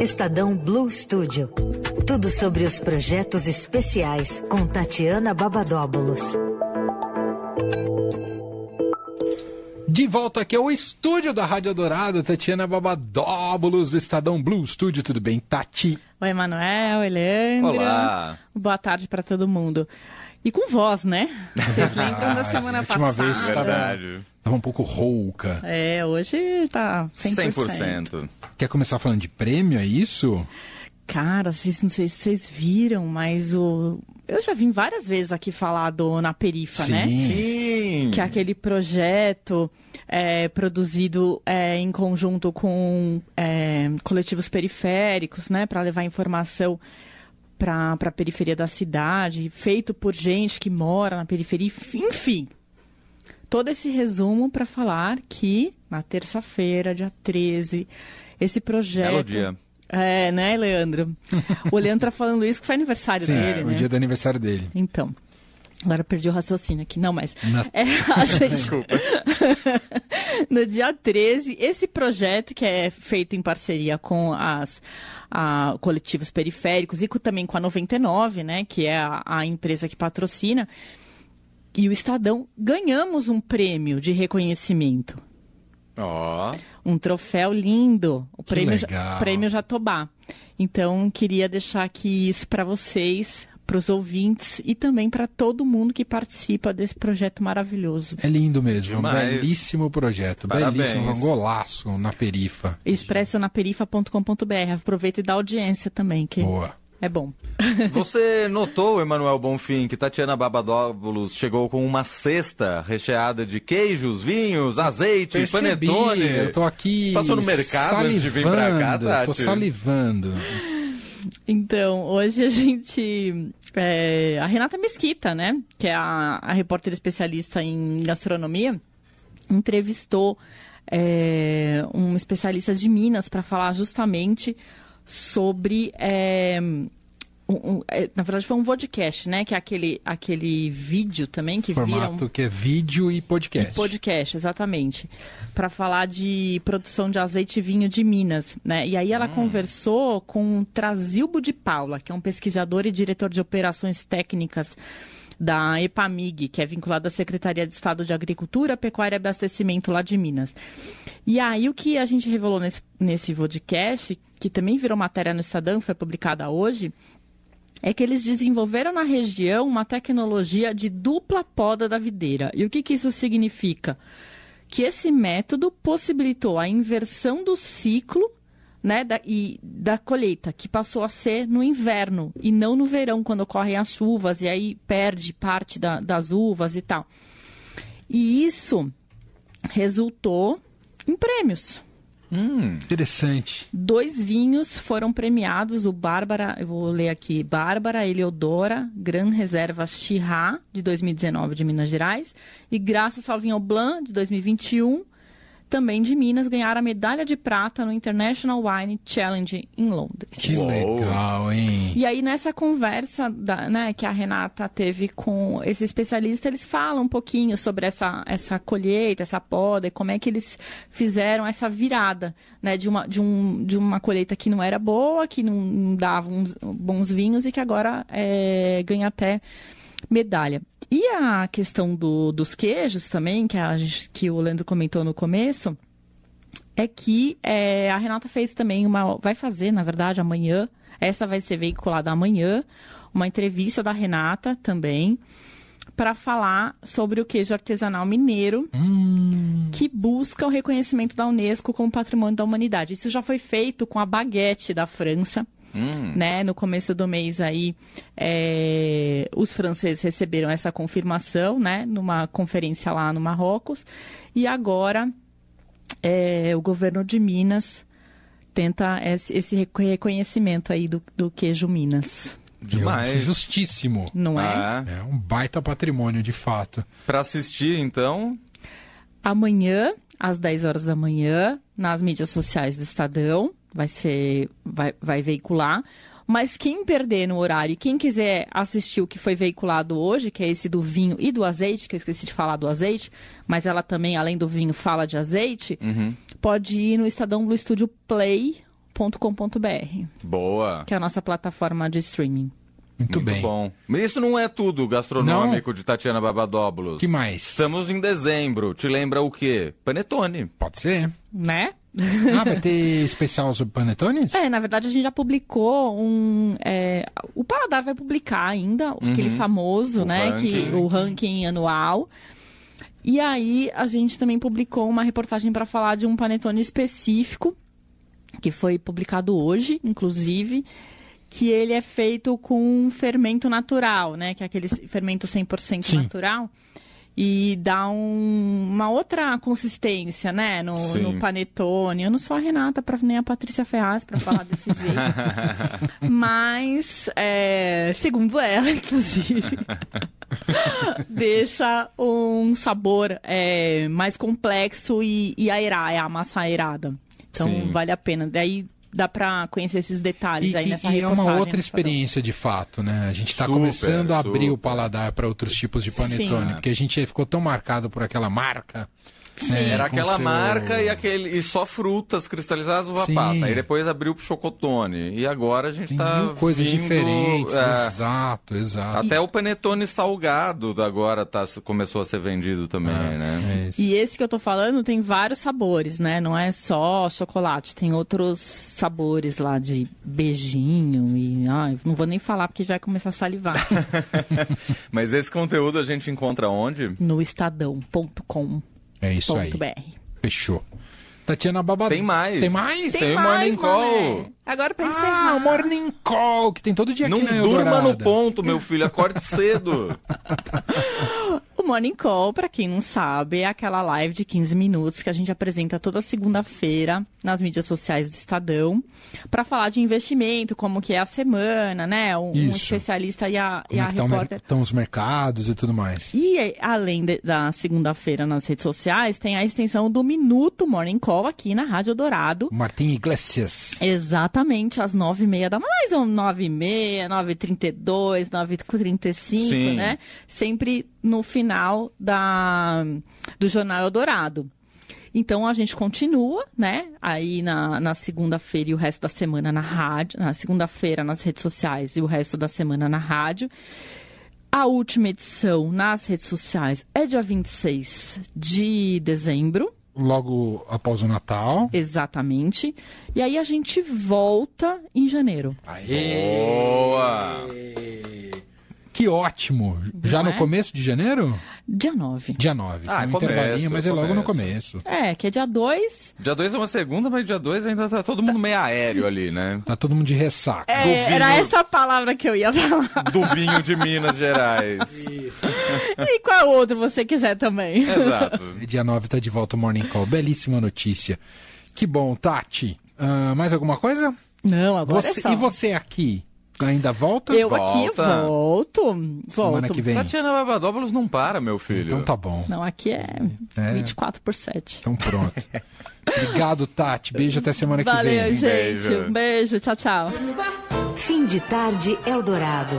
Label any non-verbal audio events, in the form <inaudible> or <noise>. Estadão Blue Studio. Tudo sobre os projetos especiais com Tatiana Babadóbulos. De volta aqui ao estúdio da Rádio Dourada, Tatiana Babadóbulos do Estadão Blue Studio. Tudo bem, Tati? Oi, Emanuel, oi, Leandro. Olá. Boa tarde para todo mundo. E com voz, né? <laughs> Vocês lembram da semana Ah, última passada? vez estava- Verdade. Tava um pouco rouca. É, hoje tá 100%. 100%. Quer começar falando de prêmio, é isso? Cara, vocês não sei se vocês viram, mas o eu já vim várias vezes aqui falar do Na Perifa, né? Sim. que é aquele projeto é, produzido é, em conjunto com é, coletivos periféricos, né, para levar informação para a periferia da cidade, feito por gente que mora na periferia, enfim. Todo esse resumo para falar que na terça-feira, dia 13, esse projeto. Belo dia. É, né, Leandro? o Leandro tá falando isso que foi aniversário dele, é, o né? dia do aniversário dele. Então. Agora eu perdi o raciocínio aqui. Não, mas. Na- <laughs> É, a gente... Desculpa. <laughs> no dia 13, esse projeto que é feito em parceria com as a- coletivos periféricos e co- também com a 99, né? Que é a, a empresa que patrocina. E o Estadão ganhamos um prêmio de reconhecimento. Ó. Um troféu lindo. O Que prêmio, legal. prêmio Jatobá. Então, queria deixar aqui isso para vocês, para os ouvintes e também para todo mundo que participa desse projeto maravilhoso. É lindo mesmo, é um Demais. belíssimo projeto, Parabéns. belíssimo, um golaço na perifa. Expressionaperifa.com.br. Aproveita e dá audiência também, que Boa. é bom. Você notou, Emanuel Bonfim, que Tatiana Babadóbulos chegou com uma cesta recheada de queijos, vinhos, azeite, Percebi, panetone. eu tô aqui Passou no mercado antes de vir pra cá, salivando, Tô Tati? salivando. Então, hoje a gente. é, a Renata Mesquita, né? Que é a, a repórter especialista em gastronomia, entrevistou é, um especialista de Minas para falar justamente sobre. é, um- um- é, na verdade, foi um vodcast, né? Que é aquele, aquele vídeo também que um viram. Formato que é vídeo e podcast. Podcast, exatamente. Para falar de produção de azeite e vinho de Minas, né? E aí ela conversou com Trazilbo de Paula, que é um pesquisador e diretor de operações técnicas da EPAMIG, que é vinculado à Secretaria de Estado de Agricultura, Pecuária e Abastecimento lá de Minas. E aí o que a gente revelou nesse, nesse podcast, que também virou matéria no Estadão, foi publicada hoje, é que eles desenvolveram na região uma tecnologia de dupla poda da videira. E o que, que isso significa? Que esse método possibilitou a inversão do ciclo né, da, e da colheita, que passou a ser no inverno e não no verão, quando ocorrem as chuvas e aí perde parte da- das uvas e tal. E isso resultou em prêmios. Hum, Interessante. Dois vinhos foram premiados, o Bárbara, eu vou ler aqui, Bárbara Eliodora, Gran Reserva Chirá, de 2019, de Minas Gerais, e Graça Salvinho Blanc, de 2021, também de Minas, ganharam a medalha de prata no International Wine Challenge em Londres. Que Uou. legal, hein? E aí, nessa conversa da- né, que a Renata teve com esse especialista, eles falam um pouquinho sobre essa, essa colheita, essa poda, e como é que eles fizeram essa virada né, de, uma, de, um, de uma colheita que não era boa, que não- não dava uns bons vinhos e que agora é, ganha até medalha. E a questão do- dos queijos também, que, a gente- que o Leandro comentou no começo, é que é, a Renata fez também uma. Vai fazer, na verdade, amanhã. Essa vai ser veiculada amanhã. Uma entrevista da Renata também. Para falar sobre o queijo artesanal mineiro Hum, que busca o reconhecimento da Unesco como patrimônio da humanidade. Isso já foi feito com a baguete da França hum. né? No começo do mês aí, é, os franceses receberam essa confirmação, né? Numa conferência lá no Marrocos. E agora, é, o governo de Minas tenta esse esse reco- reconhecimento aí do, do queijo Minas, Demais. Justíssimo. não é? Ah, É um baita patrimônio, de fato. Pra assistir, então, Amanhã, às 10 horas da manhã, nas mídias sociais do Estadão, vai ser, vai, vai veicular. Mas quem perder no horário e quem quiser assistir o que foi veiculado hoje, que é esse do vinho e do azeite, que eu esqueci de falar do azeite, mas ela também, além do vinho, fala de azeite, pode ir no Estadão Blue Studio Play www.gastropub.com.br, Boa. que é a nossa plataforma de streaming. Muito, Muito bem. bom. Mas isso não é tudo gastronômico de Tatiana Babadóbulos. que mais? Estamos em dezembro. Te lembra o quê? Panetone. Pode ser. Né? Ah, vai <laughs> ter especial sobre panetones? É, na verdade a gente já publicou um. é, o Paladar vai publicar ainda, aquele famoso, Uhum. O né? Que, ranking. o ranking anual. E aí a gente também publicou uma reportagem para falar de um panetone específico, que foi publicado hoje, inclusive. Que ele é feito com fermento natural, né? Que é aquele fermento 100% Sim. natural. E dá um- uma outra consistência, né? No, Sim. no panetone. Eu não sou a Renata, pra, nem a Patrícia Ferraz pra falar <laughs> desse jeito. Mas, é, segundo ela, <laughs> inclusive, deixa um sabor é, mais complexo e, e aerar, é a massa aerada. Então, Sim. vale a pena. Daí dá pra conhecer esses detalhes E, aí e- nessa e é reportagem. uma outra do Estadão. experiência de fato, né? A gente está Super, começando a abrir o super. paladar para outros tipos de panetone, Sim. porque a gente ficou tão marcado por aquela marca. Sim. né, Era com aquela seu- marca e, aquele, e só frutas cristalizadas uva Sim. passa. Aí depois abriu pro chocotone. E agora a gente Tem tá. mil coisas vindo, diferentes. é, Tá Exato, exato. até o panetone salgado agora tá, começou a ser vendido também, né? É isso. E esse que eu tô falando tem vários sabores, né? Não é só chocolate, tem outros sabores lá de beijinho e. Ai, não vou nem falar porque já vai começar <laughs> a salivar. é. Mas esse conteúdo a gente encontra onde? no estadão.com.br. É isso aí. Fechou. Tatiana Babadão. Tem mais. Tem mais? Tem um o Morning Call. mané. Agora pra encerrar. Ah, o Morning Call, que tem todo dia Não aqui na durma no Eldorado. ponto, meu filho. <laughs> Acorde cedo. O Morning Call, pra quem não sabe, é aquela live de 15 minutos que a gente apresenta toda segunda-feira nas mídias sociais do Estadão pra falar de investimento, como que é a semana, né? Um, um Isso. especialista e a, e Como a é que tá o mer- repórter. estão os mercados e tudo mais. E eh, além de- da segunda-feira nas redes sociais, tem a extensão do Minuto Morning Call aqui na Rádio Dourado. Martim Iglesias. Exatamente, às nove e meia da mais ou nove e meia, nove e trinta e dois, nove e trinta e cinco, Sim. né? Sempre no final da, do Jornal Eldorado. Então a gente continua, né? Aí na, na segunda-feira e o resto da semana na rádio. Na segunda-feira nas redes sociais e o resto da semana na rádio. A última edição nas redes sociais é dia 26 de dezembro. Logo após o Natal. Exatamente. E aí a gente volta em janeiro. É. Boa! Que ótimo! Já Não no é? começo de janeiro? Dia 9. Dia 9. Ah, Tem um começo, intervalinho, mas é logo no começo. É, que é dia 2. Dia 2 é uma segunda, mas dia 2 ainda tá todo mundo meio aéreo ali, né? Tá todo mundo de ressaca. Duvido. É, era essa a palavra que eu <laughs> ia falar. Do vinho de Minas Gerais. E qual é outro você quiser também? É. Exato. Dia 9 tá de volta o Morning Call. Belíssima notícia. Que bom, Tati. Ah, mais alguma coisa? Não, agora é Você- só. e você aqui? Ainda volta? Eu aqui Volta. volto. Semana Volto. que vem. Tatiana Babadóbulos não para, meu filho. Então tá bom. Não, aqui é, É. 24 por 7. Então pronto. Obrigado, Tati. Beijo até semana que vem. Valeu, gente. beijo. Um beijo. Tchau, tchau. Fim de tarde Eldorado.